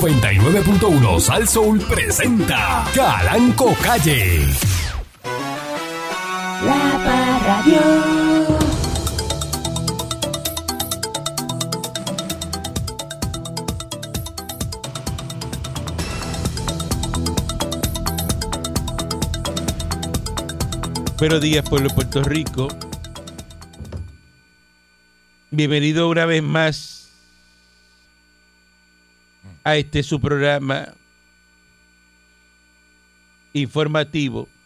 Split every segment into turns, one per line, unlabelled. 99.1 Sal Soul presenta Calanco Calle.
La Parradio.
Buenos días, pueblo de Puerto Rico. Bienvenido una vez más a este su programa informativo.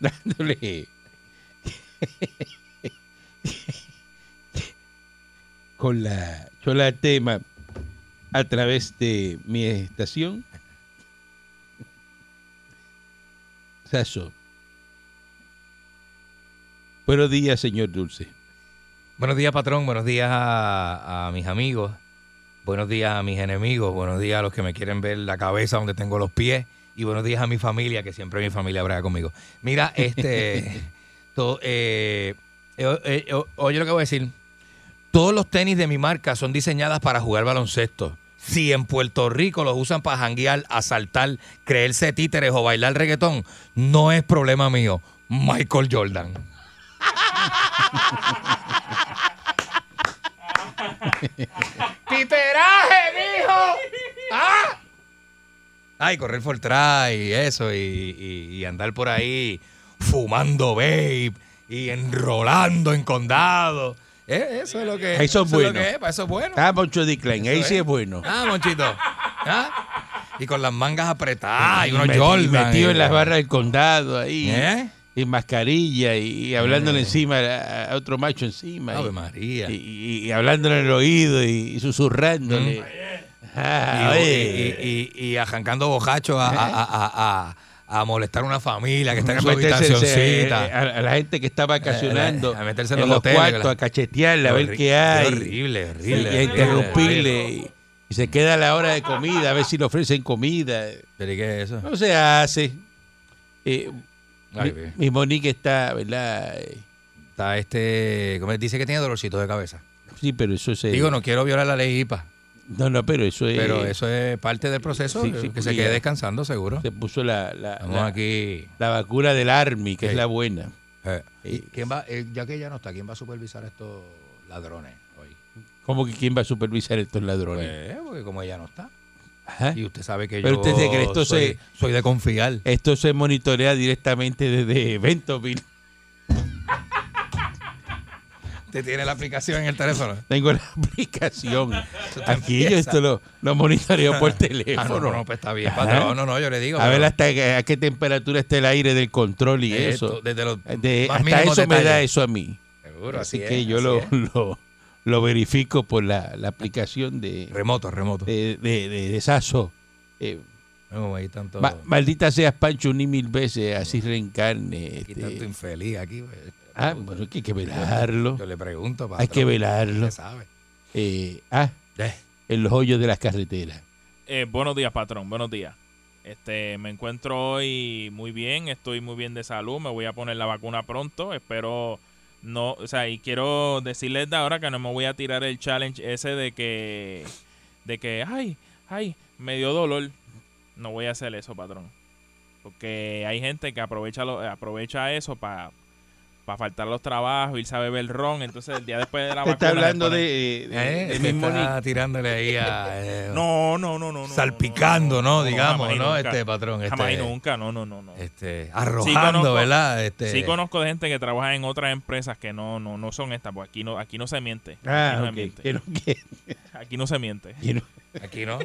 Dándole con la chola tema a través de mi estación. Saso. Buenos días, señor Dulce.
Buenos días, patrón. Buenos días a, a mis amigos. Buenos días a mis enemigos. Buenos días a los que me quieren ver la cabeza donde tengo los pies. Y buenos días a mi familia, que siempre mi familia braga conmigo. Mira, este. to- eh, eh, eh, eh, oye, lo que voy a decir. Todos los tenis de mi marca son diseñadas para jugar baloncesto. Si en Puerto Rico los usan para janguear, asaltar, creerse títeres o bailar reggaetón, no es problema mío. Michael Jordan. ¡Titeraje, mijo! ¡Ah! Ay, correr for try y eso, y, y- y andar por ahí fumando vape y enrolando en condado. Eh, eso es lo que
Eso es
lo
bueno.
que es, pa, eso es bueno.
Ah, Poncho D. Klein, ahí sí es bueno.
Ah, Monchito. ¿Ah? Y con las mangas apretadas y unos
Meti-
Jordan.
Metido
y-
en las barras del condado ahí.
¿Eh?
En mascarilla y, y hablándole encima a, a otro macho encima.
Ave
y-
María.
y, y- y hablándole en el oído y, y susurrándole. Ah,
y,
oye.
y- y- y arrancando bojachos a, a- a- a- a- a molestar a una familia que está en su
Meterse, eh,
habitacioncita.
a, a la gente que está vacacionando
Eh, a meterse
en,
en los
los
hoteles,
cuartos
que la-
a cachetearle a
Qué
ver
horri-
qué hay
Horrible,
y,
horrible.
a
horrible, horrible.
interrumpirle y, y se queda a la hora de comida a ver si le ofrecen comida
Pero ¿y qué es eso?
no se hace Eh,
Ay,
mi,
ve.
mi Monique está verdad Eh,
Está este. ¿cómo es? Dice que tiene dolorcitos de cabeza.
sí pero eso es eh,
Digo, no quiero violar la ley IPA,
no no pero eso es
pero eso es parte del proceso.
sí,
que-
sí,
que se
porque
quede
ya-
descansando, seguro.
se puso la la,
Vamos
la-
aquí.
la vacuna del army que es
Sí.
la buena
Eh,
Eh,
¿Quién va, eh, ya que ella no está, ¿quién va a supervisar a estos ladrones hoy?
cómo que quién va a supervisar estos ladrones ¿Ah?
Pues, porque como ella no está.
Ajá.
Y usted sabe que
Eh. Pero
yo
usted se cree, esto
soy,
se-
soy de confiar.
Esto se monitorea directamente desde Ventoville.
Usted tiene la aplicación en el teléfono.
Tengo la aplicación.
te
Aquí yo
empieza.
esto lo, lo monitoreo por
Ah, no,
teléfono.
no, no, pues está bien,
Ajá.
patrón. No, no, yo le digo.
a ver
pero-
hasta que- a qué temperatura está el aire del control y
Eh,
eso.
esto, desde los
De-
más
hasta
mínimos
eso me da
detalles.
eso a mí.
Seguro,
así
así,
que
es,
yo
así
lo,
es.
lo, lo verifico por la, la aplicación de,
Remoto, remoto.
de, de, de- de Sasso. Eh,
No, ahí tanto,
ma- maldita seas, Pancho, ni mil veces, así reencarne.
aquí
este.
tanto infeliz aquí. pues.
Ah, bueno, que hay que velarlo.
Yo le pregunto, patrón.
Hay que velarlo.
usted sabe.
Eh, ah,
Eh,
en los hoyos de las carreteras.
Eh, buenos días, patrón. Buenos días. Este, me encuentro hoy muy bien, estoy muy bien de salud, me voy a poner la vacuna pronto, espero no, o sea, y quiero decirles de ahora que no me voy a tirar el challenge ese de que de que ay, ay, me dio dolor. No voy a hacer eso, patrón. Porque hay gente que aprovecha lo- aprovecha eso para faltar a los trabajos, irse a beber ron, entonces el día después de la vacuna
Está
se
hablando
ponen-
de, de-
eh,
de
se
mismo
está tirándole ahí a. eh,
No, no, no, no, no, no. no,
salpicando, ¿no? digamos,
jamás y
¿no?
nunca.
Este patrón. Este,
Jamás y nunca, no, no, no, no.
Este, arrojando,
Sí conozco-
¿verdad? Este,
Sí conozco de gente que trabaja en otras empresas que no, no, no son estas, porque aquí no, aquí no se miente. Aquí,
Ah,
no
ok.
se miente.
Que no- que-
aquí no se miente.
que no-
Aquí no.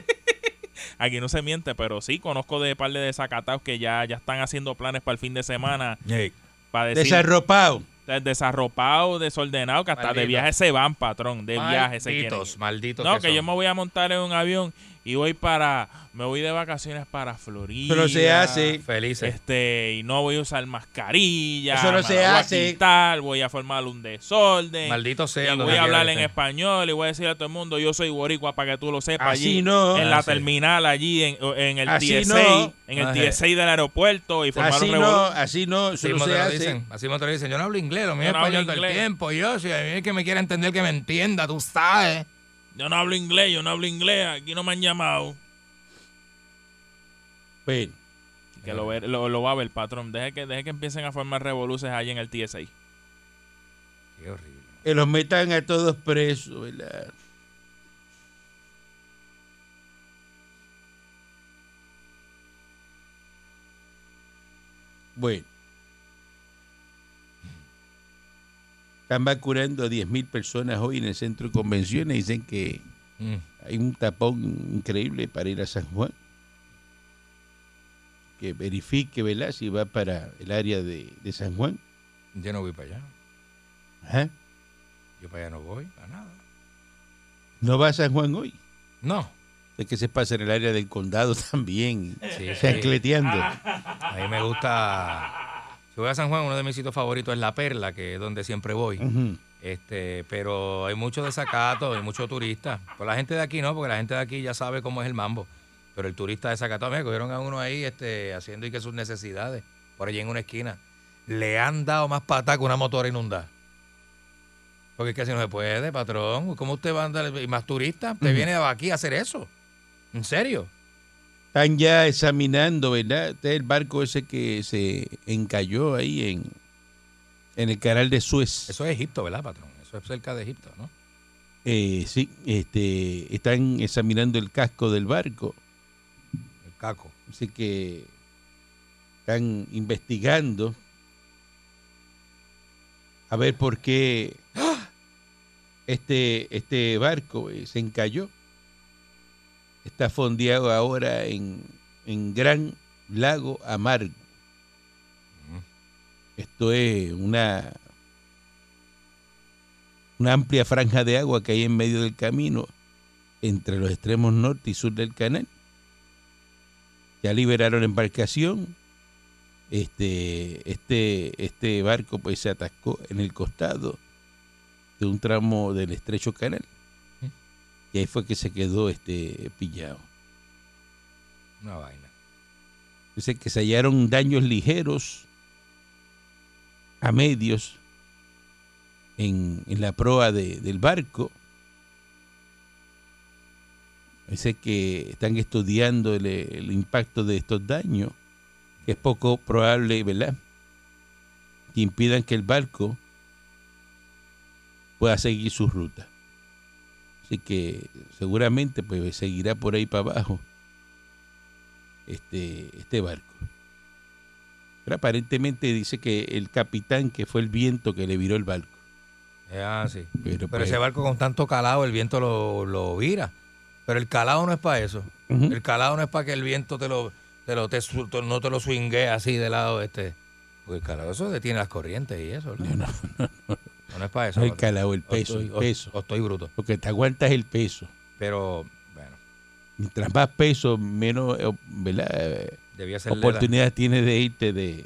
Aquí no se miente, pero sí conozco de par de desacatados que ya, ya están haciendo planes para el fin de semana,
Ey,
para decir
Desarropado.
de- desarropados, desordenados, que hasta de
Maldito.
viaje se van, patrón, de viaje se quieren.
malditos,
ir. No, que,
son.
yo me voy a montar en un avión y voy para, me voy de vacaciones para Florida.
Eso no se hace.
Felices.
Este, y no voy a usar mascarilla.
Eso no
me
se
la voy a
hace.
quitar, voy a formar un desorden.
Maldito sea.
y
donde
voy a
quiera
hablar
que
en
esté.
español y voy a decir a todo el mundo, yo soy boricua para que tú lo sepas.
Así
allí,
no.
En la
Así.
terminal allí, en, en el
Así
16,
no.
en el
Ajá.
16 del aeropuerto y formar
Así
un
no,
revolú.
así no, eso
Así
no
mismo te
se
lo
hace.
dicen. Así mismo te lo dicen. Yo no hablo inglés, lo mío
Yo
es
no hablo
español todo el
inglés.
tiempo. Yo, si a mí el que me quiere entender, que me entienda, tú sabes.
Yo no hablo inglés, yo no hablo inglés, aquí no me han llamado.
Bueno,
Que lo, ver- lo, lo va a ver, patrón. Deje que, deje que empiecen a formar revoluciones allí en el TSA.
Qué horrible.
que los metan a todos presos, ¿verdad? Bueno. Están vacunando a 10.000 personas hoy en el centro de convenciones. Dicen que
Mm.
hay un tapón increíble para ir a San Juan. Que verifique, ¿verdad? Si va para el área de, de San Juan.
Yo no voy para allá.
Ajá.
Yo para allá no voy, para nada.
No va a San Juan hoy.
No.
Es que se pasa en el área del condado también.
Sí, sí.
Chancleteando.
A mí me gusta. Si voy a San Juan, uno de mis sitios favoritos es La Perla, que es donde siempre voy.
Ujú.
Este, pero hay mucho desacato, hay mucho turista. Pues la gente de aquí no, porque la gente de aquí ya sabe cómo es el mambo. Pero el turista desacatado, me cogieron a uno ahí este, haciendo y que sus necesidades, por allí en una esquina. Le han dado más pata que una motora inundada. Porque es que así no se puede, patrón. ¿Cómo usted va a andar? Y más turista, usted viene aquí a hacer eso. ¿En serio?
Están ya examinando, ¿verdad? Este es el barco ese que se encalló ahí en, en el canal de Suez.
Eso es Egipto, ¿verdad, patrón? Eso es cerca de Egipto, ¿no?
Eh, sí, este, están examinando el casco del barco.
El caco.
Así que están investigando a ver por qué este, este barco eh, se encalló. Está fondeado ahora en, en Gran Lago Amargo. Esto es una, una amplia franja de agua que hay en medio del camino entre los extremos norte y sur del canal ya liberaron la embarcación. Este, este, este barco pues se atascó en el costado de un tramo del estrecho canal. Y ahí fue que se quedó este pillado.
Una vaina.
Dice que se hallaron daños ligeros a medios en, en la proa de- del barco. Dice que están estudiando el, el impacto de estos daños, que es poco probable, ¿verdad? Que impidan que el barco pueda seguir su ruta. Así que seguramente pues seguirá por ahí para abajo este, este barco. Pero aparentemente dice que el capitán que fue el viento que le viró el barco.
Es así.
Pero,
Pero
pues,
ese barco con tanto calado, el viento lo, lo vira. Pero el calado no es para eso.
Ujú.
El calado no es para que el viento te lo, te lo te su- te- no te lo swingue así de lado este. Porque el calado eso detiene las corrientes y eso. No, no, no. No, es para eso.
no el calado, el peso,
O
el
estoy- o-
peso.
o estoy bruto.
Porque te aguantas el peso.
Pero, bueno,
Mientras más peso, menos eh, ¿verdad? Eh,
debía ser
oportunidades tienes de irte de...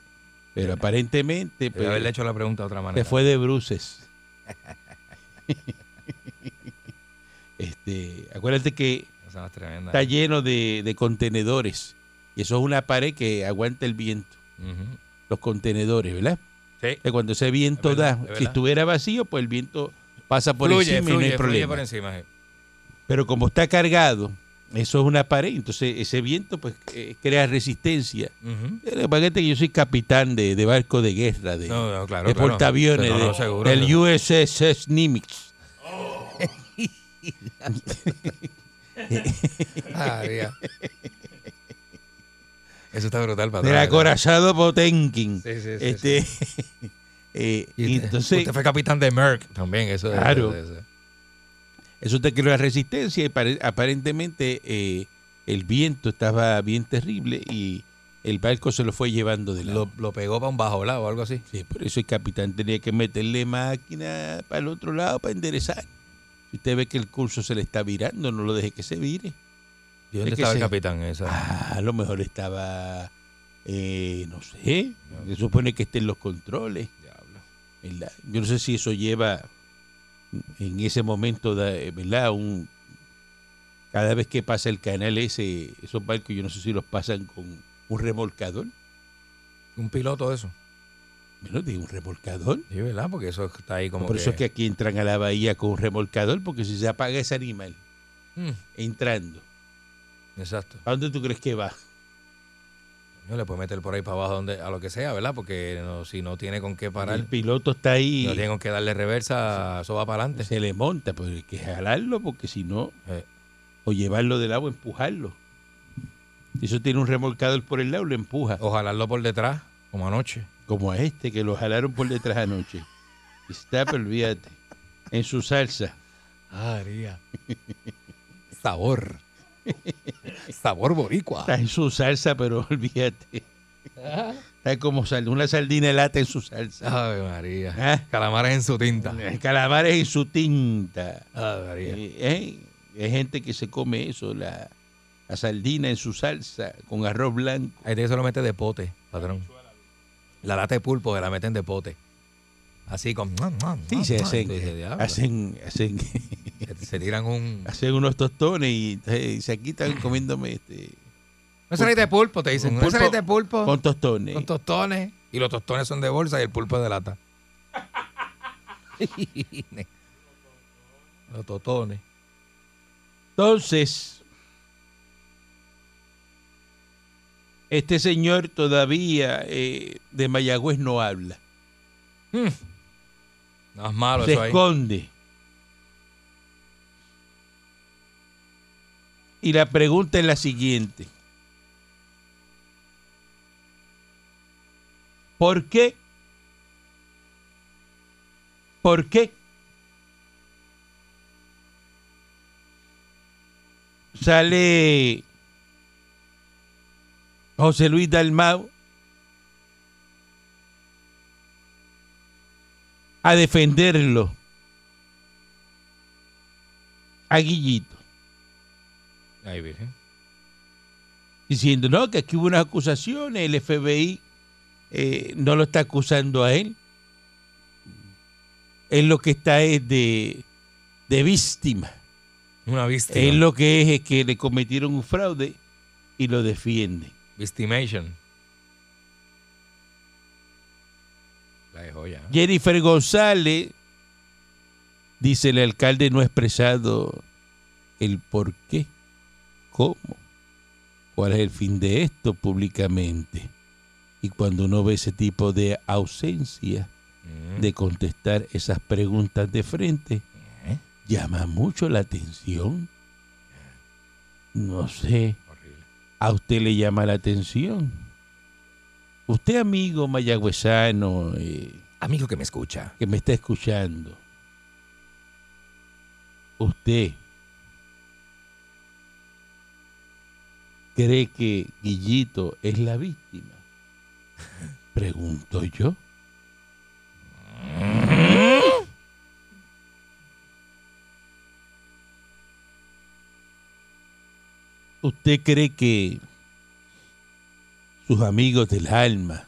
Pero aparentemente
Debía
pues,
haberle hecho la pregunta de otra manera.
se fue de bruces. este, acuérdate que
Esa más tremenda.
está lleno de, de contenedores. Y eso es una pared que aguanta el viento,
Ujú.
los contenedores, ¿verdad?
Sí.
Que cuando ese viento
Es
da,
verdad, es verdad.
si estuviera vacío, pues el viento pasa por
fluye,
encima y no
fluye,
hay
fluye
problema.
por encima. sí.
Pero como está cargado, eso es una pared, entonces ese viento pues eh, crea resistencia.
Ujú.
Pero imagínate que yo soy capitán de, de barco de guerra, de,
No, no, claro,
de
claro.
portaaviones,
No, no,
de-
seguro,
del
seguro.
USS Nimitz.
María. Eso está brutal, patrón.
Del acorazado Potenkin.
Sí, sí, sí,
este, eh, y
Y usted-
entonces,
usted fue capitán de Merck también, eso es-
Claro.
eso es-
Eso te creó la resistencia y pare- aparentemente eh, el viento estaba bien terrible y el barco se lo fue llevando de lado.
lo, lo pegó para un bajo lado o algo así.
Sí, por eso el capitán tenía que meterle máquina para el otro lado para enderezar. Si usted ve que el curso se le está virando, no lo deje que se vire. ¿De dónde
¿Dónde estaba el
se-
capitán? Esa?
Ah, a lo mejor estaba, eh, no sé, se supone que estén los controles.
Diablo.
¿verdad? Yo no sé si eso lleva en ese momento, da- eh, ¿verdad? Un, cada vez que pasa el canal ese, esos barcos, yo no sé si los pasan con un remolcador.
Un piloto de eso.
Menos de un remolcador.
Sí, ¿verdad? Porque eso está ahí como
Por
que...
eso es que aquí entran a la bahía con un remolcador, porque si se apaga ese animal
Mm,
entrando,
exacto.
¿a dónde tú crees que va?
Yo le puedo meter por ahí para abajo donde, a lo que sea, ¿verdad? Porque no- si no tiene con qué parar,
El piloto está ahí,
no tiene con qué darle reversa, eso va para adelante.
se le monta, pues hay que jalarlo, porque si no,
Eh,
o llevarlo del agua, empujarlo. Si eso tiene un remolcador por el lado, lo empuja.
o jalarlo por detrás, como anoche.
como a este que lo jalaron por detrás anoche. Está, pero olvídate, en su salsa.
María. Sabor. Sabor boricua.
Está en su salsa, pero olvídate. Está como sal- una sardina de lata en su salsa.
Ave María.
¿Ah?
Calamares en su tinta.
Calamares en su tinta.
Ave María.
Eh, eh, Hay gente que se come eso, la, la sardina en su salsa con arroz blanco.
Ahí te se lo mete de pote, patrón. La lata de pulpo se la meten de pote. Así con...
Sí, se hacen,
Dice, "Diablo".
hacen, hacen,
Se- Se tiran un...
hacen unos tostones y, eh, se quitan comiéndome este,
Una salita de pulpo, te dicen.
un
Una
pulpo
salita de pulpo.
con tostones.
Con tostones. Y los tostones son de bolsa y el pulpo es de lata. los tostones.
Entonces, este señor todavía eh, de Mayagüez no habla.
No es malo
se
eso ahí.
esconde. Y la pregunta es la siguiente. ¿Por qué? ¿Por qué? Sale José Luis Dalmau a defenderlo a Guillito,
Ahí, Virgen.
diciendo, no, que aquí hubo unas acusaciones, el FBI eh, no lo está acusando a él. Él lo que está es de, de víctima.
Una víctima.
Él lo que es es que le cometieron un fraude y lo defiende.
Vistimation. La de joya. ¿eh?
Jennifer González dice el alcalde no ha expresado el por qué, cómo, cuál es el fin de esto públicamente. Y cuando uno ve ese tipo de ausencia
Mm.
de contestar esas preguntas de frente,
¿Eh?
llama mucho la atención. No sé,
Horrible.
a usted le llama la atención. Usted, amigo mayagüezano, eh,
Amigo que me escucha.
que me está escuchando, usted cree que Guillito es la víctima? Pregunto yo. ¿Usted cree que sus amigos del alma,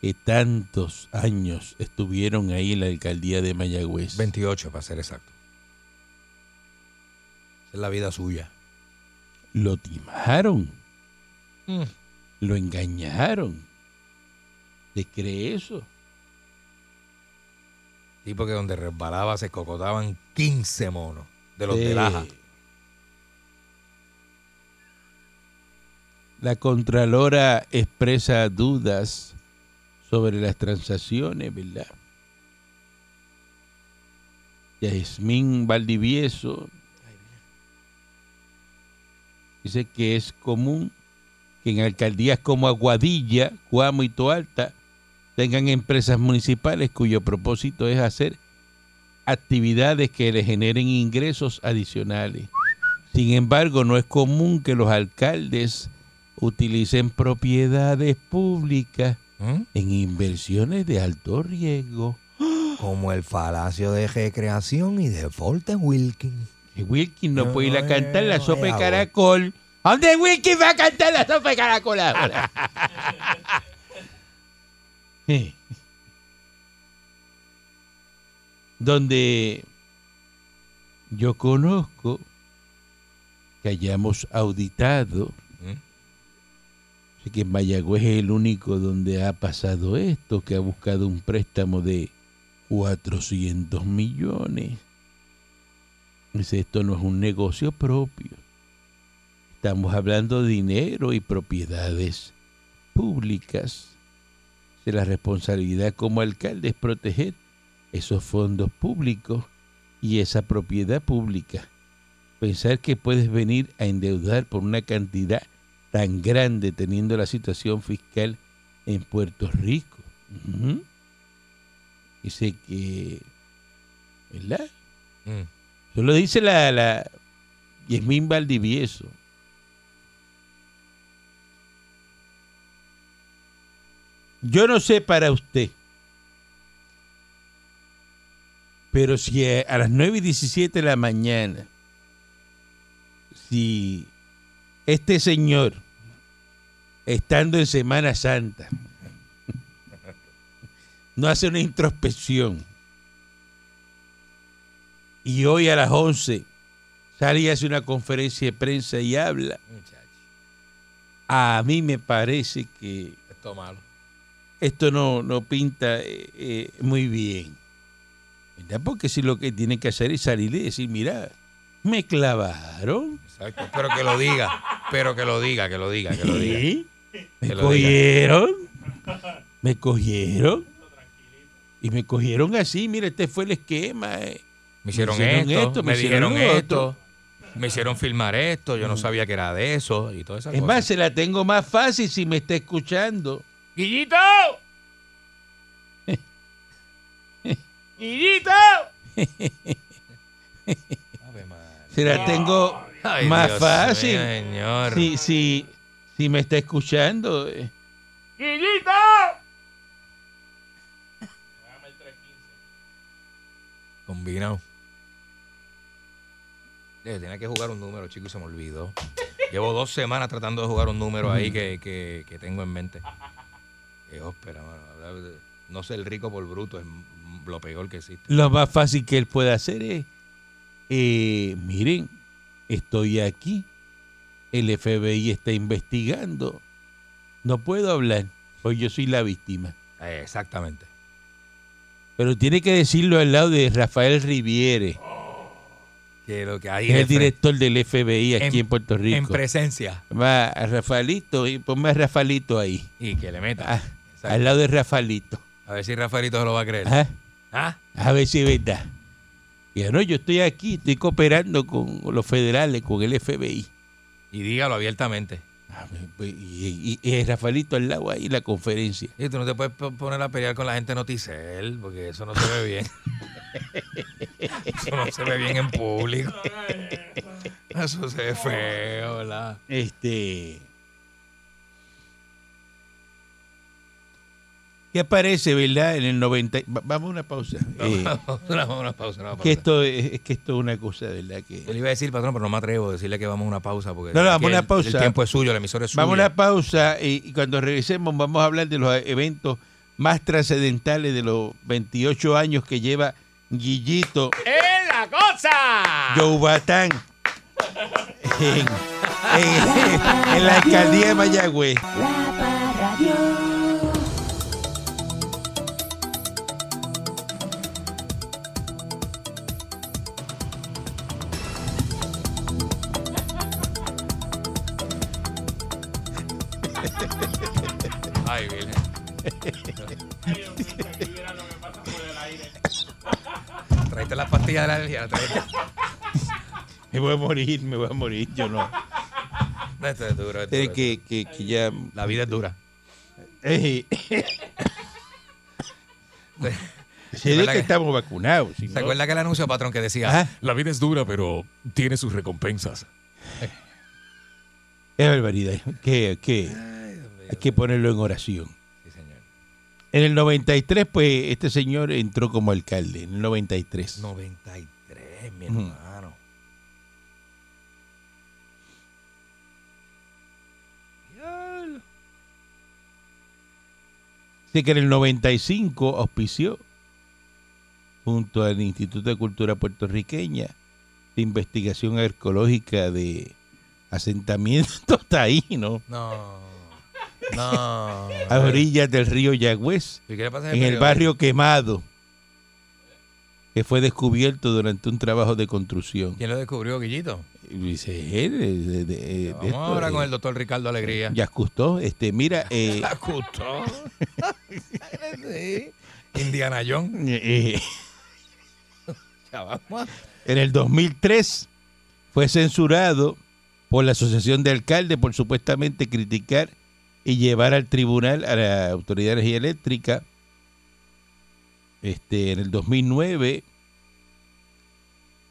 que tantos años estuvieron ahí en la alcaldía de Mayagüez,
28, para ser exacto. Esa es la vida suya.
lo timaron,
Mm.
lo engañaron? ¿Te cree eso?
Tipo que donde resbalaba se cocotaban 15 monos de los
Eh,
de Laja.
La Contralora expresa dudas sobre las transacciones, ¿verdad? Yasmín Valdivieso dice que es común que en alcaldías como Aguadilla, Cuamo y Toalta tengan empresas municipales cuyo propósito es hacer actividades que le generen ingresos adicionales. Sin embargo, no es común que los alcaldes utilicen propiedades públicas
¿Mm?
en inversiones de alto riesgo.
como el falacio de recreación y de Fulton Wilkins.
Que Wilkins no
No,
puede ir a
no,
cantar la
no,
sopa de
no,
caracol ¿Dónde Wiki va a cantar la sopa de caracol ahora? Sí. Donde yo conozco que hayamos auditado,
¿Mm?
sé que en Mayagüez es el único donde ha pasado esto, que ha buscado un préstamo de 400 millones. Dice, esto no es un negocio propio. Estamos hablando de dinero y propiedades públicas. De la responsabilidad como alcalde es proteger esos fondos públicos y esa propiedad pública. Pensar que puedes venir a endeudar por una cantidad tan grande teniendo la situación fiscal en Puerto Rico. Ujú. Dice que, ¿verdad?
Mm.
Eso lo dice la, la Yasmín Valdivieso. Yo no sé para usted, pero si a, a las 9 y 17 de la mañana, si este señor, estando en Semana Santa, no hace una introspección y hoy a las 11 sale y hace una conferencia de prensa y habla,
Muchacho,
a mí me parece que
esto es malo.
esto no, no pinta eh, eh, muy bien. ¿Verdad? Porque si lo que tiene que hacer es salir y decir, mira, me clavaron,
Exacto. Pero que lo diga. Pero que lo diga, que lo diga, que lo diga.
¿sí? me
Que lo diga.
cogieron, me cogieron y me cogieron así, mira, este fue el esquema. eh.
Me hicieron,
Me hicieron
esto,
esto, me
me,
hicieron
dijeron
lo
esto, me hicieron filmar esto, yo no sabía que era de eso y toda esa
Es
cosa.
más, se la tengo más fácil si me está escuchando.
¡Guillito! ¡Guillito!
Ave María.
Se la tengo
Ay,
más
Dios
fácil.
mío, señor.
Si, si, si me está escuchando. eh.
¡Guillito!
Combinado. Eh, tenía que jugar un número, chico, y se me olvidó. Llevo dos semanas tratando de jugar un número ahí que, que- que tengo en mente. Qué ópera, mano. Hablar de- No sé, el rico por bruto es m- lo peor que existe.
Lo más fácil que él puede hacer es, eh, miren, estoy aquí, el FBI está investigando, no puedo hablar, pues yo soy la víctima.
Eh, exactamente.
Pero tiene que decirlo al lado de Rafael Riviere,
Que lo que hay
que es el
en pre-
director del FBI aquí en,
en-
Puerto
en
Rico.
presencia.
Va a Rafaelito, y ponme a Rafaelito ahí,
Y que le meta.
ah,
Exacto.
al lado de Rafaelito.
A ver si Rafaelito se lo va a creer.
Ajá.
¿Ah?
A ver si es verdad. Y yo, no, yo estoy aquí, estoy cooperando con los federales, con el FBI.
Y dígalo abiertamente.
Ah, pues, Y, y- y el Rafaelito al lado ahí, la conferencia.
Y tú no te puedes po- poner a pelear con la gente noticel, porque eso no se ve bien. eso no se ve bien en público. Eso se ve feo, ¿verdad?
Este. ¿Qué aparece, verdad? En el 90. va- Vamos a una pausa. Eh,
Vamos a una pausa, una pausa.
que esto es, es que esto es una cosa, ¿verdad?
Yo
Que...
le iba a decir, patrón, pero no me atrevo a decirle que vamos a una pausa. Porque
No, no,
aquí
vamos a una
el-
pausa.
El tiempo es suyo, la emisora es suya.
Vamos a una pausa y, y cuando regresemos vamos a hablar de los eventos más trascendentales de los 28 años que lleva Guillito
¡Es la cosa!
Yobatán en, en- en la alcaldía de Mayagüez.
La Parradio.
Ay, Virgen. Traiste las pastillas de la alergia. las traíste.
Me voy a morir, me voy a morir, yo no.
No, esto es duro, esto es
Eh,
duro.
que, que- que ya...
La vida es dura.
eh, se ve
verdad
que
que-
estamos vacunados. si
¿Se
no- Ah,
acuerda que el anuncio, patrón, que decía?
Ajá.
La vida es dura, pero tiene sus recompensas.
Qué barbaridad. Que, que hay que ponerlo en oración.
Sí, señor.
En el 93, pues, este señor entró como alcalde, en el 93.
93, mi
Ujú.
hermano.
Así que en el 95 auspició, junto al Instituto de Cultura Puertorriqueña, de investigación arqueológica de asentamientos taínos
No. No.
a orillas del río Yagüez,
¿Y qué le pasa a ese
en el
periódico?
barrio quemado, que fue descubierto durante un trabajo de construcción.
¿Quién lo descubrió, Guillito?
Y dice él, eh, de- de- de-
Vamos
esto,
ahora
eh,
con el doctor Ricardo Alegría.
Yascustó, este, mira, eh,
La gustó. Sí. Indiana Jones.
eh, eh,
Ya vamos a-
En el 2003 fue censurado por la Asociación de Alcaldes por supuestamente criticar y llevar al tribunal a la Autoridad de Energía Eléctrica. Este, en el 2009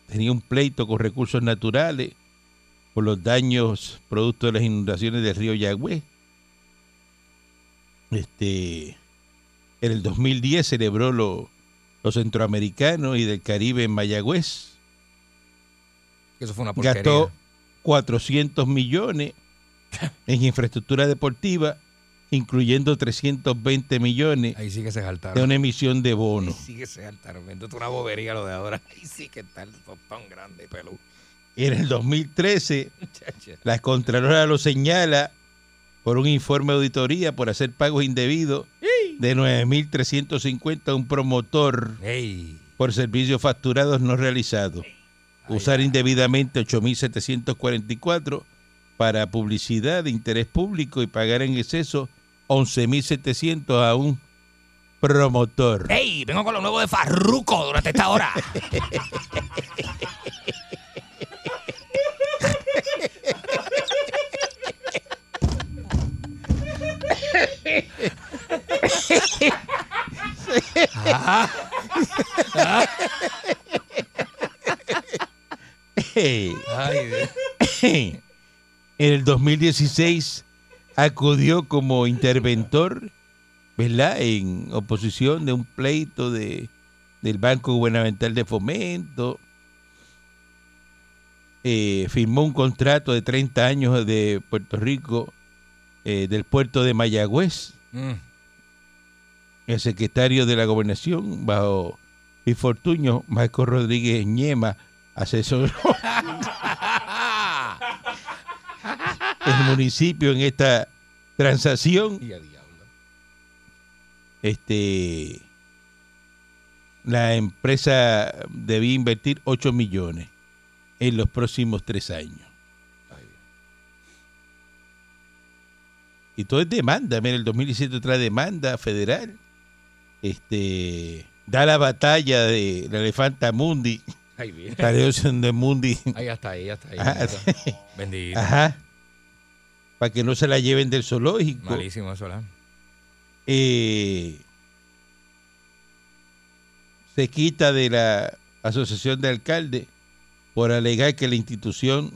tenía un pleito con recursos naturales por los daños producto de las inundaciones del río Yagüe. Este, en el 2010 celebró los los centroamericanos y del Caribe en Mayagüez.
Eso fue una porquería.
Gastó 400 millones en infraestructura deportiva, incluyendo 320 millones
Ahí sí que se
de
saltaron.
una emisión de
Ahí
bonos.
sí que se saltaron. Esto es una bobería lo de ahora. Ahí sí que está el tostón grande y pelú.
En el 2013,
Chacho.
la Contralora lo señala por un informe de auditoría por hacer pagos indebidos de 9.350 a un promotor
Ey.
por servicios facturados no realizados. Usar indebidamente 8.744 para publicidad de interés público y pagar en exceso 11.700 a un promotor.
¡Ey! Vengo con lo nuevo de Farruco durante esta hora. Ay, Dios.
En el 2016 acudió como interventor, ¿verdad? En oposición de un pleito de, del Banco Gubernamental de Fomento. Eh, firmó un contrato de 30 años de Puerto Rico, eh, del puerto de Mayagüez,
Mm.
el secretario de la gobernación bajo y Fortuño, Marco Rodríguez Ñema, asesoró el municipio en esta transacción.
Y a diablo.
Este, la empresa debía invertir 8 millones en los próximos tres años. Y todo es demanda. Mira, el 2017 trae demanda federal. Este, da la batalla de la elefanta Mundi,
Ay, bien.
la reducción de Mundi.
Ahí hasta ahí, hasta ahí.
Ah, sí.
Bendito.
Ajá. Para que no se la lleven del zoológico.
Malísimo eso, ¿verdad?
Eh, se quita de la Asociación de Alcaldes por alegar que la institución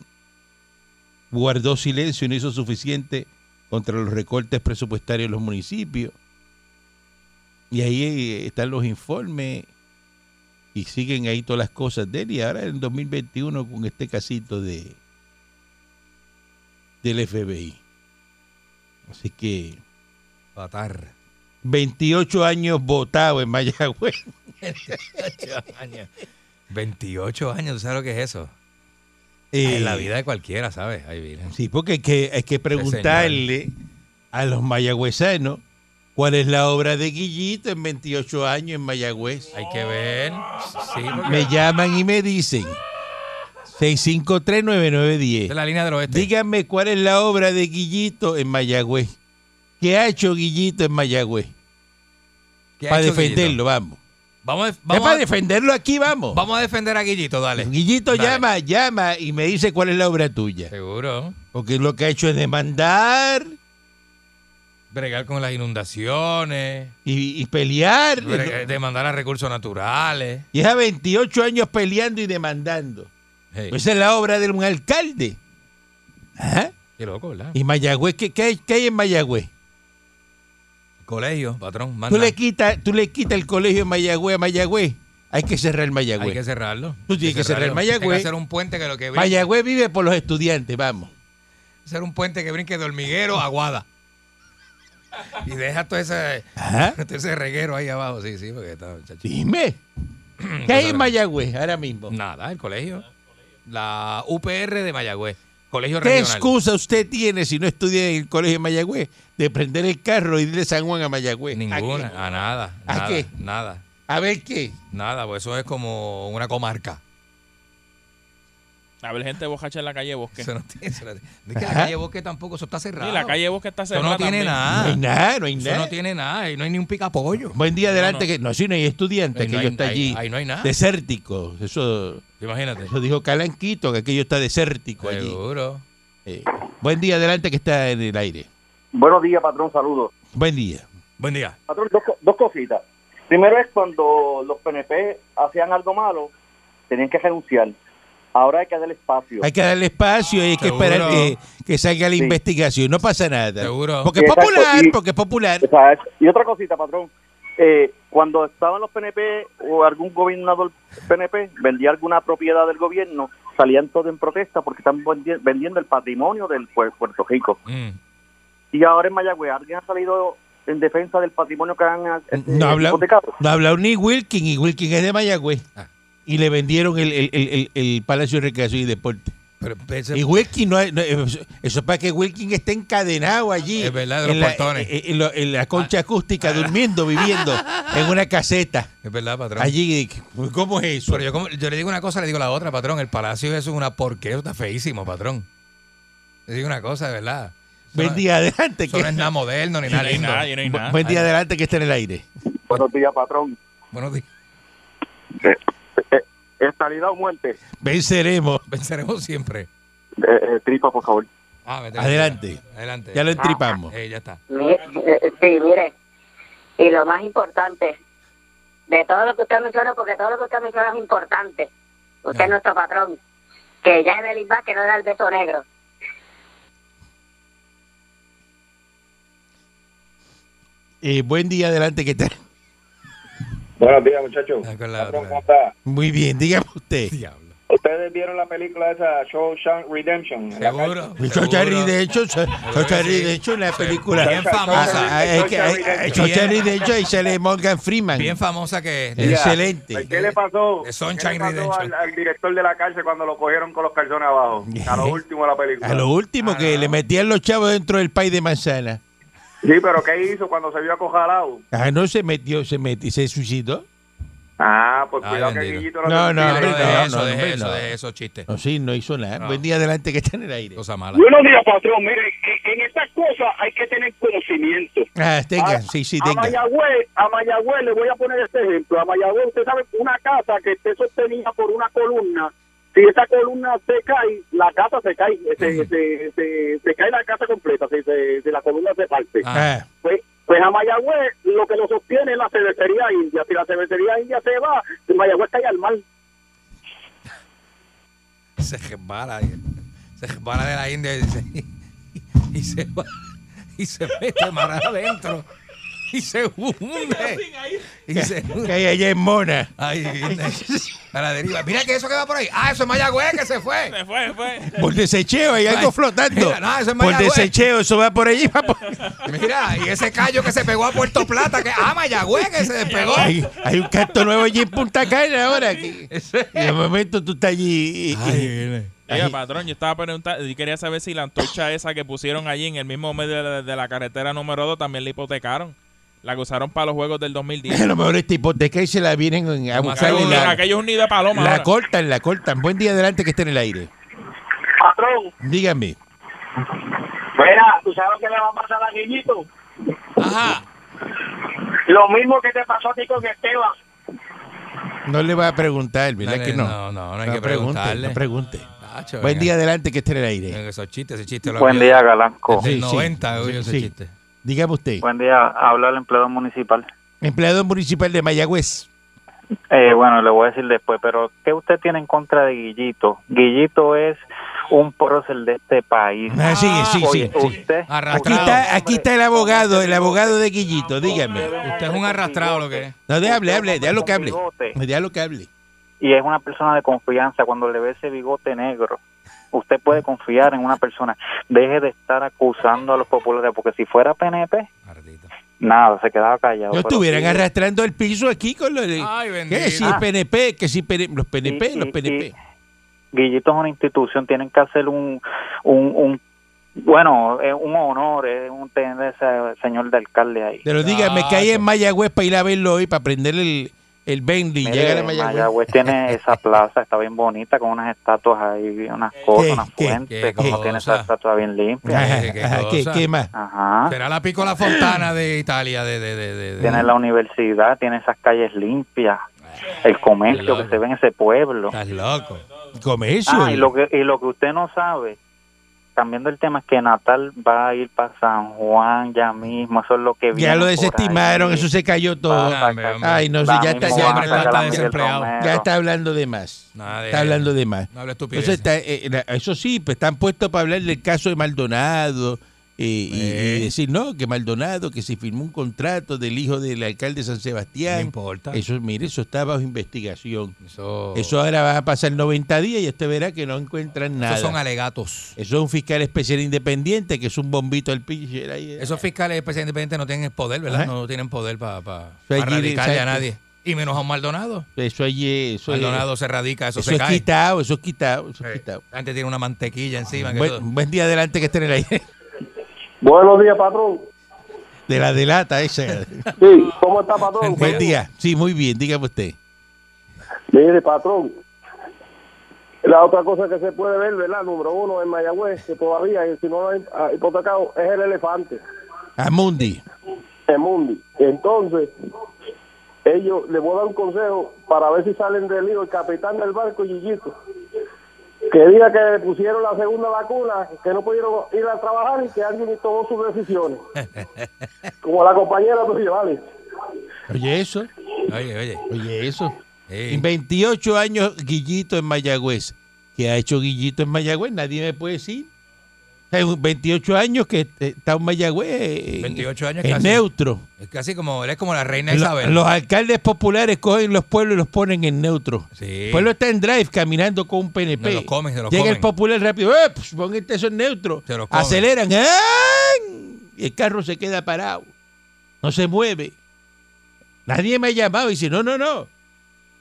guardó silencio y no hizo suficiente contra los recortes presupuestarios de los municipios. Y ahí eh, están los informes y siguen ahí todas las cosas de él. Y ahora en 2021 con este casito de del FBI. Así que
Patar.
28 años votado en Mayagüez.
28 años. 28 años, ¿tú sabes lo que es eso?
Eh,
En la vida de cualquiera, ¿sabes? Ay, mira.
Sí, porque hay que, hay que preguntarle a los mayagüezanos cuál es la obra de Guillito en 28 años en Mayagüez.
Hay que ver. Sí, porque-
Me llaman y me dicen
Esta es
6539910.
la línea del oeste.
Díganme cuál es la obra de Guillito en Mayagüez. ¿Qué ha hecho Guillito en Mayagüez?
¿Qué ha
Para
hecho Guillito?
defenderlo, vamos.
Vamos, a-
Ya
vamos,
para
a,
defenderlo aquí, vamos.
vamos a defender a Guillito, dale.
Guillito
Dale.
llama, llama y me dice cuál es la obra tuya.
Seguro.
Porque lo que ha hecho es demandar
Bregar con las inundaciones.
y, y pelear.
brega- Demandar a recursos naturales.
Y es a 28 años peleando y demandando.
Hey,
Pues esa es la obra de un alcalde. Ajá.
qué loco, ¿verdad?
¿Y Mayagüez? ¿Qué, qué hay, qué hay en Mayagüez?
Colegio, patrón.
¿Tú
Manda.
le, quitas, ¿Tú le quitas el colegio en Mayagüez a Mayagüez? Hay que cerrar
Hay que
Mayagüez.
cerrarlo.
Tú tienes
Hay
que cerrar
cerrarlo.
Mayagüez.
Hay que hacer un puente que lo que brinque,
Mayagüez vive por los estudiantes, vamos.
hacer un puente que brinque de hormiguero a Guada. Y deja todo ese,
Ajá.
todo ese reguero ahí abajo, sí, sí, porque está, muchacho.
¿Ah?
Mm,
Dime. ¿Qué hay en Mayagüez ahora mismo?
Nada, el colegio. La UPR de Mayagüez, colegio
¿Qué
regional.
excusa usted tiene si no estudia en el colegio de Mayagüez de prender el carro y irle San Juan a Mayagüez? ¿A
Ninguna,
qué?
a, nada.
¿A
nada,
qué?
Nada,
A ver qué.
nada, pues eso es como una comarca.
A ver, gente bocacha en la calle Bosque.
Eso no tiene, eso no tiene- Es que la calle Bosque tampoco, eso está cerrado.
Sí, la calle Bosque está
Eso
cerrada.
no tiene
también.
No hay
nada.
nada, no hay
Ah, Eso
nada.
no tiene nada, y no hay ni un picapollo.
Buen día adelante.
no.
Que, no, si no hay estudiantes,
Eh,
que
no
yo
hay-
está
ahí-
allí.
ahí no hay nada.
Desértico. Eso,
Imagínate.
eso dijo Calanquito, que aquello está desértico allí.
Seguro.
Eh, buen día adelante, que está en el aire.
Buenos días, patrón, saludos.
Buen día.
Buen día.
Patrón, dos, co- dos cositas. Primero es cuando los PNP hacían algo malo, tenían que renunciar. Ahora hay que darle espacio.
Hay que darle espacio y hay que
Seguro.
esperar que, que salga la
Sí.
investigación. No pasa nada.
Seguro.
Porque es
Exacto,
popular,
y-
porque es popular.
O sea, es- y otra cosita, patrón. Eh, cuando estaban los PNP o algún gobernador PNP vendía alguna propiedad del gobierno, salían todos en protesta porque están vendi- vendiendo el patrimonio del pue- Puerto Rico.
Mm.
Y ahora en Mayagüez, ¿alguien ha salido en defensa del patrimonio que han eh,
No habla-
hipotecado?
No ha hablado ni Wilkin, y Wilkin es de Mayagüez.
Ah.
Y le vendieron el, el- el- el- el Palacio de Recreación y Deporte.
Pero ese-
Y Wilkin no, no- eso eso es para que Wilkin esté encadenado allí.
Es verdad, de los
en la, eh,
portones. Ah.
en- en lo- en la concha acústica, durmiendo, viviendo en una caseta.
es verdad, patrón.
Allí, ¿cómo es eso?
Pero yo, como- yo le digo una cosa, le digo la otra, patrón. El palacio es una porquería, está feísimo, patrón. Le digo una cosa, de verdad. Eso
Buen
no-
día adelante.
Eso
que-
no es nada moderno ni
Y No
nada
hay
lindo.
nada, y no hay nada.
Buen día adelante que esté en el aire.
Buenos días, patrón.
Buenos días.
Eh, Estalidad o muerte. Eh,
Venceremos.
Venceremos siempre.
tripa, por favor.
Ah, vete, vete.
Adelante.
Adelante.
Ya lo entripamos.
Eh, ya está.
Mi- eh, Sí, mire, y lo más importante, de todo lo que usted mencionó, porque todo lo que usted mencionó es importante, usted
Ya.
es nuestro patrón, que ya es del que no era el beso negro.
Eh, buen día adelante que esté.
Buenos días, muchachos.
Ah, con la
Patrón,
otra.
¿cómo está?
Muy bien, dígame usted.
Diablo.
Ustedes vieron la película esa, Shawshank Redemption. La
Seguro.
Chochari,
seguro.
de hecho, Cho- Chochari, de hecho, una película
Bien famosa.
Ah, es que hay- hay Chochari,
Bien.
de hecho, ahí sale Morgan Freeman.
Bien famosa que es.
Ya.
Excelente.
¿Qué le pasó,
De Sunshine
¿Qué le pasó
Redemption.
al, al director de la cárcel cuando lo cogieron con los calzones abajo? A lo último de la película.
A lo último que le metían los chavos dentro del pay de manzana.
Sí, pero ¿qué hizo cuando se vio acojalado?
Ah, no se metió, se metió, se suicidó.
Ah, pues
Ay,
cuidado que
bendito.
Guillito
No,
se
no,
Pero
tire.
hombre,
de
no,
eso,
no,
de
hombre,
eso,
no.
de esos chistes.
No, sí, no hizo nada.
No.
Buen día adelante que está en el aire.
Cosa mala.
Buenos días, patrón. Mire, en- en estas cosas hay que tener conocimiento.
Ah, tenga,
A-
sí, sí,
A
tenga.
Mayagüez, a Mayagüez le voy a poner este ejemplo. A Mayagüez, usted sabe, una casa que esté sostenida por una columna, si esa columna se cae, la casa se cae, se, se- se- se cae la casa completa, si se, si la columna se parte.
Ah,
Ah,
Pues, pues a Mayagüez lo que lo sostiene es la cervecería india. Si la cervecería india se va, Mayagüez cae al mar.
se resbala. eh, Se resbala de la India y se, y se va. Y se mete mar adentro. Y se hunde. Y se
que
hunde.
hay allá en Mona.
Ay, a la deriva. Mira que eso que va por ahí. Ah, eso es Mayagüez que se fue.
Se fue, se fue.
Por desecheo hay algo
Ay,
flotando.
mira, no, eso es
por
Mayagüez.
desecheo, eso va por allí. va por-
Mira, y ese callo que se pegó a Puerto Plata, que ah, Mayagüez que se despegó.
Hay, hay un canto nuevo allí en Punta Cana ahora. que-
Ese-
y de momento tú estás allí. y-
Oiga, patrón, yo estaba preguntando, y quería saber si la antorcha esa que pusieron allí en el mismo medio de la, de la carretera número 2 también la hipotecaron. La que usaron para los juegos del
y a
2010.
lo mejor esta hipoteca y se la vienen a buscar
aquello,
y
aquello
la,
es un nido de paloma.
la
ahora.
cortan, la cortan. Buen día adelante que esté en el aire.
Patrón,
Dígame.
Mira, ¿tú sabes lo que le va a pasar a Guillito?
Ajá.
Lo mismo que te pasó a ti con Esteban.
No le va a preguntar, ¿verdad
Dale,
que no?
no, no, no hay que
pregunte,
preguntarle.
No pregunte.
Nacho,
Buen
venga. Eh.
día adelante que esté en el aire.
Venga, Esos chistes, ese chiste lo
Buen
había-
día, Galanco.
Sí,
Del
sí.
90, oye,
Sí,
ese
sí.
chiste.
Dígame usted.
Buen día, habla el empleado municipal.
Empleado municipal de Mayagüez.
Eh, bueno, le voy a decir después, pero ¿qué usted tiene en contra de Guillito? Guillito es un prócer de este país.
Ah, sí, sí, sí.
Oye,
sí.
Usted,
Aquí
Arrastrado.
está, aquí está el abogado, el abogado de Guillito, dígame.
Usted es un arrastrado lo que es.
No, déjame, hable, déjalo que hable.
bigote.
Déjalo que hable.
y es una persona de confianza, cuando le ve ese bigote negro, usted puede confiar en una persona. Deje de estar acusando a los populares, porque si fuera PNP, Nada, se quedaba callado.
No
pero
estuvieran
sí,
arrastrando el piso aquí con los...
Ay,
¿Qué? Si
bendito.
el PNP, que si PN- los PNP,
Sí,
los
sí,
PNP.
sí. Guillito es una institución, tienen que hacer un, un, un bueno, es un honor, es un tener ese señor de alcalde ahí.
Te lo diga, me caí en Mayagüez para ir a verlo hoy, para aprender el, el Bentley.
Mire,
Llegar a Mayagüez.
Mayagüez tiene esa plaza, está bien bonita, con unas estatuas ahí, unas cosas, unas
qué,
qué
fuentes, como tiene
cosa.
esa estatua bien limpia.
Ajá,
Eh, Qué
ajá, ¿Qué,
cosa.
qué más?
Ajá.
Será la piccola fontana de Italia, de... de, de, de- de-
Ah. Tiene la universidad, tiene esas calles limpias, el comercio que se ve en ese pueblo.
Estás loco.
Comercio.
Ah, y lo que, y lo que usted no sabe, cambiando el tema, es que Natal va a ir para San Juan ya mismo, eso es lo que viene
ya lo
por ahí.
desestimaron, eso se cayó todo.
Ah, hombre, hombre.
Ay, no sé,
Va
ya
mismo
está,
van
ya,
a sacar
está
a Miguel
desempleado.
Romero.
ya está hablando de más.
Nada de-
Está hablando de más.
No hablo estupidez.
Entonces, está, eh, la- eso sí, pues, están puestos para hablar del caso de Maldonado eh, y,
Eh.
y decir, no, que Maldonado, que se firmó un contrato del hijo del alcalde de San
no
Sebastián.
importa.
Eso, mire, eso está bajo investigación.
Eso,
Eso ahora va a pasar 90 días y usted verá que no encuentran nada.
esos
Eso,
son alegatos.
es un fiscal especial independiente que es un bombito al pitcher ahí. eh.
Esos fiscales especiales independientes no tienen poder, ¿verdad?
Ajá.
No tienen poder para pa,
¿Eh? Eso allí-
pa radicarle a
exacto.
nadie. Y menos a un Maldonado.
Eso allí, eh, eso, eh,
Maldonado se radica, eso,
eso
se
es
cae.
quitado, eso es quitado, eso es
Eh,
quitado.
La gente tiene una mantequilla encima. que eso-
Buen, buen día adelante que estén en el aire.
Buenos días, patrón.
De la delata esa.
Sí, ¿cómo está, patrón?
buen día. Sí, muy bien, dígame usted.
Mire, patrón. La otra cosa que se puede ver, ¿verdad? Número uno en Mayagüez, que todavía, y si no lo han ah, hipotecado, es el elefante,
Amundi.
el mundi. Entonces, ellos le voy a dar un consejo para ver si salen del lío el capitán del barco, Gillito. Que diga que le pusieron la segunda vacuna, que no pudieron ir a trabajar y que alguien tomó sus decisiones. Como la compañera tuya, ¿vale?
Oye, eso.
Oye, oye.
Oye, eso.
Ey.
En 28 años, Guillito en Mayagüez. ¿Qué ha hecho Guillito en Mayagüez? Nadie me puede decir. En 28 años que eh, está en Mayagüez. eh,
28 años
en
casi.
neutro.
Es casi como, él es como la reina
Lo-
Isabel.
los alcaldes populares cogen los pueblos y los ponen en neutro.
Sí.
El pueblo está en drive caminando con un PNP.
Se los comen, se los
Llega
comen.
el popular rápido, ¡eh! pues, póngate eso en neutro.
Se los comen.
Aceleran, ¡ay! Y el carro se queda parado. No se mueve. Nadie me ha llamado y dice, no, no, no.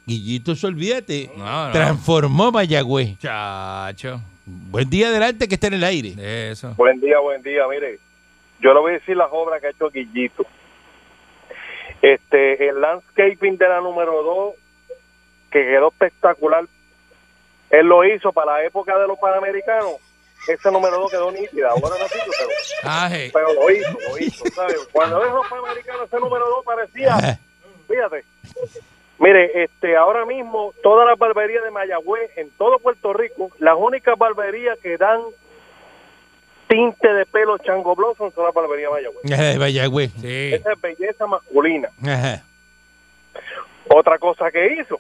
Guillito, se olvídate.
No, no.
Transformó Mayagüez.
Chacho.
Buen día adelante que está en el aire.
De eso.
Buen día, buen día. Mire, yo le voy a decir las obras que ha hecho Guillito. Este, el landscaping de la número 2, que quedó espectacular. Él lo hizo para la época de los panamericanos. Ese número 2 quedó nítida. Ahora no sé, pero,
Aje.
pero lo hizo, lo hizo, ¿sabes? Cuando eran los panamericanos, ese número 2 parecía. Fíjate. Mire, este, ahora mismo todas las barberías de Mayagüez, en todo Puerto Rico, las únicas barberías que dan tinte de pelo chango blossom son las barberías de Mayagüez.
Ajá, Mayagüez.
Sí.
Esa es belleza masculina.
Ajá.
Otra cosa que hizo.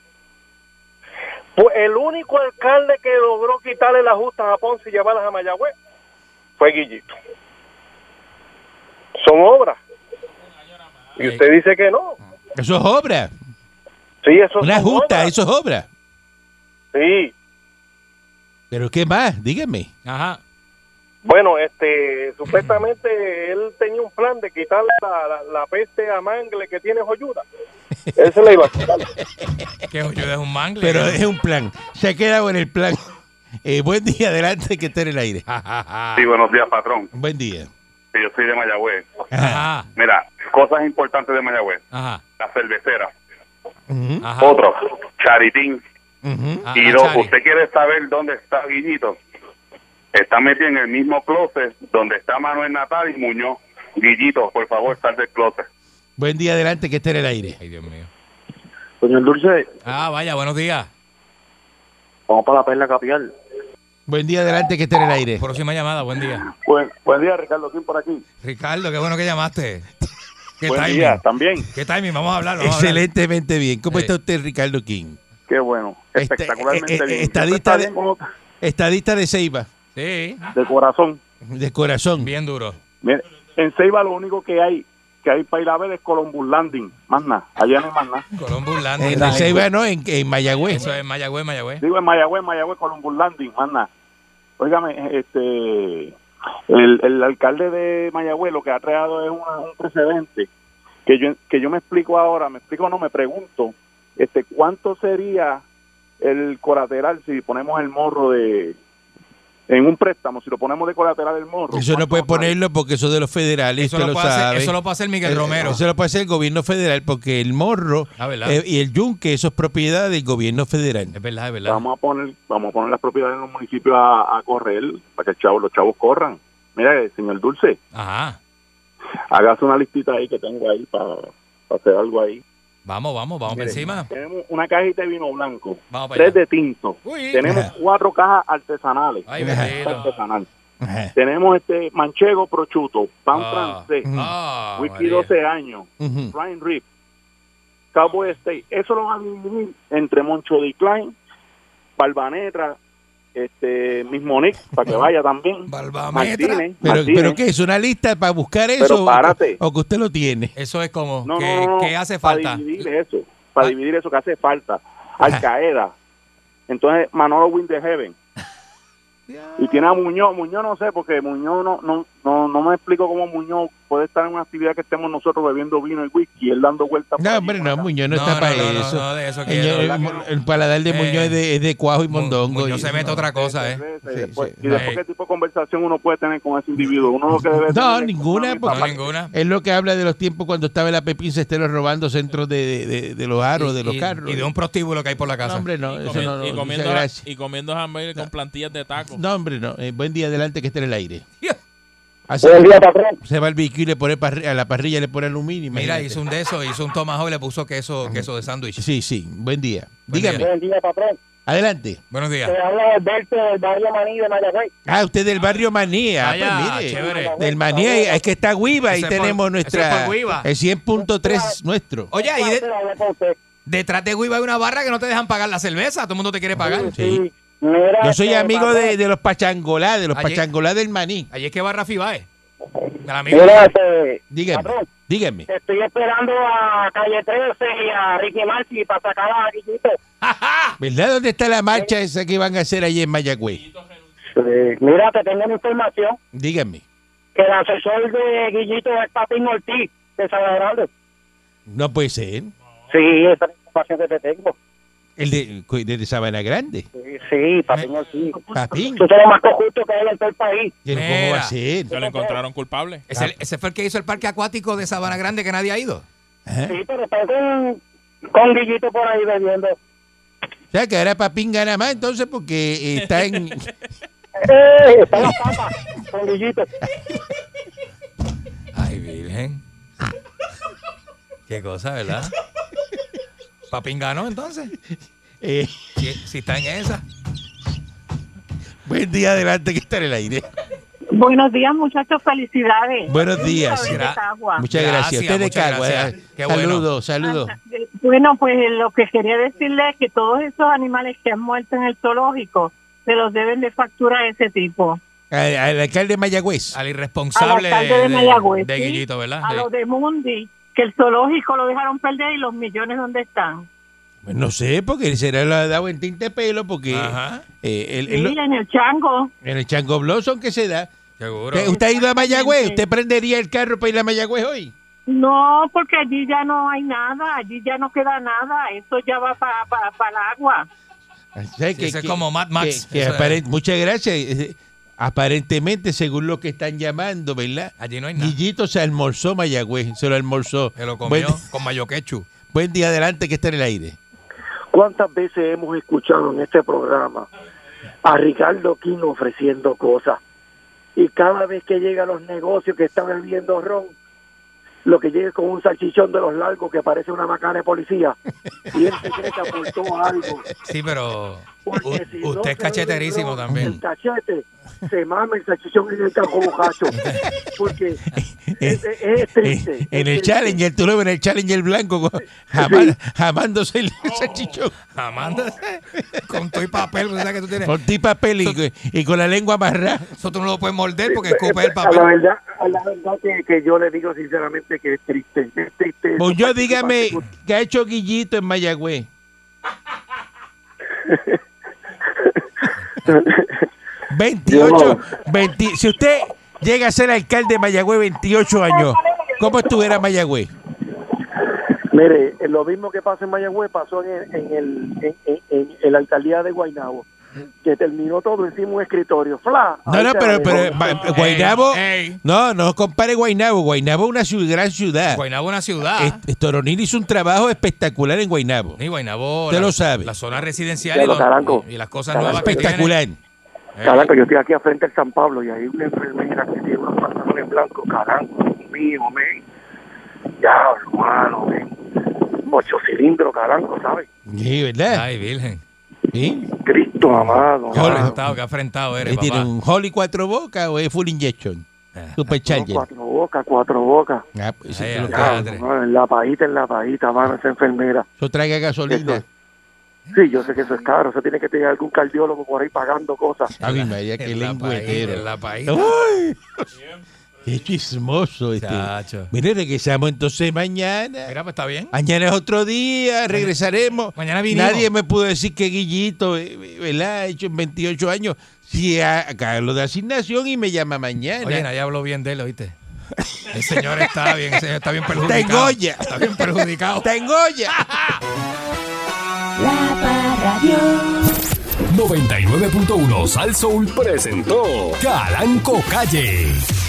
Pues el único alcalde que logró quitarle las justas a Ponce y llevarlas a Mayagüez fue Guillito. Son obras. Y usted dice que no.
Eso es obra.
Sí, eso
Una
son
justa,
obras.
eso es obra.
Sí.
Pero ¿qué más? Dígame.
Ajá.
Bueno, este, supuestamente él tenía un plan de quitarle la, la, la peste a Mangle que tiene Joyuda. Él se la iba a quitar.
Que yo es un mangle.
Pero es un plan. Se ha quedado en el plan. Eh, buen día, adelante, que esté en el aire.
Ah.
Sí, buenos días, patrón.
Buen día.
Sí, Yo soy de Mayagüez.
Ah.
Ajá.
Mira, cosas importantes de Mayagüez.
Ajá.
La cervecera.
Ujú,
Ajá.
Otro, Charitín.
ujú.
Ah,
y
ah,
dos,
Chari.
¿usted quiere saber dónde está Guillito? Está metido en el mismo closet donde está Manuel Natal y Muñoz. Guillito, por favor, sal del closet.
Buen día, adelante, que esté en el aire.
Ay, Dios mío.
Señor Dulce,
Ah, vaya, buenos días.
vamos para la perla capital.
Buen día, adelante, que esté en el aire.
Próxima llamada, buen día.
Buen, buen día, Ricardo, ¿quién por aquí?
Ricardo, qué bueno que llamaste. Qué
Buen
timing.
día, también.
Qué timing, vamos a hablar. vamos a hablar.
Excelentemente bien. ¿Cómo
Sí.
está usted, Ricardo King?
Qué bueno.
Este, Espectacularmente eh, eh, bien. estadista Está bien de-
como
Estadista de Ceiba,
Sí,
de corazón.
de corazón.
bien duro.
Mire, en Ceiba lo único que hay que hay para ir a ver es Columbus Landing. Más nada. Allá no hay más nada.
Colombo Orlando.
En de Ceiba, no, en, en Mayagüez.
Eso es Mayagüez, Mayagüez.
Digo en Mayagüez, Mayagüez, Columbus Landing, manda. Óigame, este, el, el alcalde de Mayagüez lo que ha creado es una- un precedente
que yo, que yo me explico ahora, me explico no, me pregunto, este, ¿cuánto sería el colateral si ponemos el morro de en un préstamo, si lo ponemos de colateral el morro?
Eso no
¿cuánto
puede
vale?
ponerlo porque eso es de los federales,
Eso
usted
lo
lo
puede hacer-
sabe.
eso lo puede hacer Miguel
Eh,
Romero.
Eso lo puede hacer el gobierno federal porque el morro
Ah, ¿verdad? Eh,
eh, y el yunque, eso es propiedad del gobierno federal.
Es verdad, es verdad.
Vamos a poner vamos a poner las propiedades en los municipios a, a correr para que el chavo- los chavos corran. Mira, eh, señor Dulce,
Ajá.
hágase una listita ahí que tengo ahí para, para hacer algo ahí.
Vamos, vamos, vamos para
Mire,
encima.
Tenemos una cajita de vino blanco,
Vamos para
tres
allá.
de tinto,
Uy.
tenemos cuatro cajas artesanales.
Ay, bendito.
artesanal. Tenemos este manchego prochuto, pan
Ah.
francés,
Ah,
whisky
María.
12 años,
Ujú.
prime rib, cowboy steak. Este, Eso lo van a dividir entre Moncho de Klein, Barbanetra, este mismo Nick, para que vaya también.
Barbametra.
Martínez,
Pero,
Martínez.
¿Pero qué? ¿Es una lista para buscar
Pero
eso? o-
párate.
O, que usted lo tiene?
Eso es como,
No, no,
que,
no, no,
que hace falta?
Para dividir eso, para
Ah.
dividir eso que hace falta. Al Qaeda. Entonces, Manolo Win de Heaven. Y tiene a Muñoz, Muñoz no sé, porque Muñoz no, no, no, no me explico cómo Muñoz puede estar en una actividad que estemos nosotros bebiendo vino y whisky, él dando vueltas. por
No,
allí,
hombre,
por
no,
acá.
Muñoz no,
No,
está
no,
para
no, no,
eso.
no, de eso que-
Señor,
de verdad
el,
que no.
el paladar de
Eh,
Muñoz es de, es de cuajo y
Mu-
mondongo.
Muñoz
y-
se mete otra cosa, ¿eh.
Cerveza,
Sí,
y después,
sí.
y después,
Eh.
¿qué tipo de conversación uno puede tener con ese individuo? Uno lo que debe
No,
tener es
ninguna,
una mesa
porque-
No,
para-
ninguna.
Es lo que habla de los tiempos cuando estaba la Pepín se estén robando centros de, de- de- de los aros, de los
y,
carros.
Y de un prostíbulo que hay por la
No,
casa.
hombre, no,
Y,
eso
comi-
no, no,
y
muchas
comiendo,
gracias.
y comiendo hamburguesas con plantillas de taco.
No, hombre, no. Eh, buen día, adelante, que esté en el aire.
Yeah.
Hace-
Buen día, patrón.
se va al barbecue y le pone parri- a la parrilla le pone aluminio.
Mira,
imagínate.
hizo un de eso, hizo un tomahawk y le puso queso, queso de sándwich.
Sí, sí, buen día.
Buen
Dígame,
día.
Buen día, patrón.
adelante.
Buenos días.
Te habla Alberto del barrio Maní de Mayagüez.
Ah, usted del barrio Manía. Ah,
Vaya,
pues mire,
chévere.
Del Manía, y- es que está Guiba, ahí
Ese es por-
tenemos
ese es
nuestra.
por Guiba.
El 100.3 nuestro.
Oye, ahí
Placer
de-
hablar con usted.
detrás de Guiba hay una barra que no te dejan pagar la cerveza. Todo el mundo te quiere pagar.
Sí.
Mira,
Yo soy
este,
amigo
patrón,
de, de los pachangolá, de los
Ayer-
pachangolá del Maní.
Allí es que barra Fibae. El amigo.
Mira, este,
Dígame,
Patrón.
dígame.
estoy esperando a Calle 13 y a Ricky Marchi para sacar a Guillito.
Ah.
¿Verdad? ¿Dónde está la marcha esa que van a hacer allí en Mayagüez?
Eh, Mira, te tengo una información
Dígame.
que el asesor de Guillito es Patín Ortiz de San Gerardo.
No puede ser.
Sí, esa es la información que te tengo.
El de, cu- de Sabana Grande.
Sí, sí Patín Ortiz.
Papín.
Tú eres más corrupto que él en todo el país.
¿Y el ¿Cómo va a
Mira.
ser?
¿Se lo encontraron culpable?
Ese, ese fue el que hizo el parque acuático de Sabana Grande que nadie ha ido.
Ajá.
Sí, pero está con, con Guillito por ahí bebiendo.
O sea, que ahora Papín gana más entonces porque eh, está en...
¡Eh! Está la papa con Guillito.
Ay, virgen. Qué cosa, ¿verdad? Papín ganó entonces.
eh,
Si, si está en esa.
buen día adelante que está en el aire.
Buenos días, muchachos. Felicidades.
Buenos días.
Isabel de
Gra-
Cagua.
Muchas gracias.
Gracias,
Usted de
muchas
Cagua.
gracias.
eh.
Qué bueno.
Saludos, saludos.
Eh, Bueno, pues lo que quería decirle es que todos esos animales que han muerto en el zoológico se los deben de factura a ese tipo.
Al, al alcalde de Mayagüez.
Al irresponsable
Al alcalde de Mayagüez,
de
sí.
Guillito, ¿verdad?
A
De-
los de Mundi, que el zoológico lo dejaron perder y los millones donde están.
Pues No sé, porque será lo ha dado en tinte pelo porque
Ajá,
eh, el, el-
Miren, el chango.
en el chango Blossom que se da.
seguro.
¿Usted usted ha ido a Mayagüez? ¿Usted prendería el carro para ir a Mayagüez hoy?
No, porque allí ya no hay nada, allí ya no queda nada, eso ya va para el agua.
O sea,
Sí, eso es como Mad Max.
que- que
Eso es.
aparent- muchas gracias. Eh, Aparentemente, según lo que están llamando, ¿verdad?
Allí no hay nada.
Guillito se almorzó Mayagüez, se lo almorzó.
Se lo
Buen,
comió con mayo quechu.
buen día adelante que está en el aire.
¿Cuántas veces hemos escuchado en este programa a Ricardo Quino ofreciendo cosas? Y cada vez que llega a los negocios que están bebiendo ron, lo que llega es con un salchichón de los largos que parece una macana de policía. Y él se cree que aportó algo.
Sí, pero
Porque
u-
si
usted
no
es
se bebe
cacheterísimo
ron,
también.
El cachete se mama el salchichón en el campo bocacho. Porque es, es- Eh, es triste. es
Eh, en el
triste.
Challenger, tú lo ves en el Challenger blanco, con- jamán- jamándose el salchichón
Amanda, con todo y papel, o sea que tú tienes.
con ti papel y, y con la lengua amarrada.
Eso tú no lo puedes morder porque escupe el
A la
papel.
verdad, a la verdad que, que yo le digo sinceramente que es triste, es triste.
Muñoz, Pues dígame, ¿qué ha hecho Guillito en Mayagüez?
Yo
28,
no.
20 si usted llega a ser alcalde de Mayagüez 28 años, ¿cómo estuviera Mayagüez?
Mire, eh, lo mismo que pasa en Mayagüez pasó en, el- en el, en, en- en- en la alcaldía de Guaynabo, que terminó todo encima un escritorio. ¡Fla!
No,
Ahí
no,
se
pero,
la
pero
dejó.
ba- Guaynabo.
eh,
No, no compare Guaynabo. Guaynabo es una ciu- gran ciudad.
Guaynabo es una ciudad.
Es- es- Toronil hizo un trabajo espectacular en Guaynabo.
Ni Guaynabo.
Usted
la-
lo sabe.
La zona residencial
Ya
y,
lo
los-
Caranco.
y las cosas
Caranco.
nuevas que tiene.
Espectacular.
Caraca, Pues yo estoy aquí a frente al San Pablo y hay una enfermera que tiene unos pantalones blancos. Carajo, Dios mío, men. Ya, hermano, men. Ocho cilindros, carajo, ¿sabes?
Sí, ¿verdad?
Ay, Virgen.
Sí.
Cristo amado.
Qué afrentado, qué afrentado eres,
Él tiene
papá. Ah,
un Holly cuatro bocas o es full injection. Supercharger.
Cuatro bocas, cuatro bocas.
Ah, pues eso,
Ay,
te lo
Ya,
trae.
hermano, en la pajita, en la pajita, mano, esa enfermera.
Eso traiga gasolina.
Sí, yo sé que eso es caro. Eso tiene que tener algún cardiólogo por ahí pagando cosas.
A mi María, qué
En la país, en
lengüetero. Oh,
la país.
¡Uy! Qué chismoso este.
Chacho.
Mire, regresamos entonces mañana.
Mira, pues está bien.
Mañana es otro día, regresaremos.
mañana vinimos.
Nadie me pudo decir que Guillito, eh, eh, ¿verdad? Ha hecho en 28 años. Si acá lo de asignación y me llama mañana.
Oye, nadie habló bien de él, ¿oíste? El señor está bien, el señor está bien perjudicado.
engolla.
Está bien perjudicado.
¡Tengo ya!
La Radio 99.1 Sal Soul presentó Calanco Calle.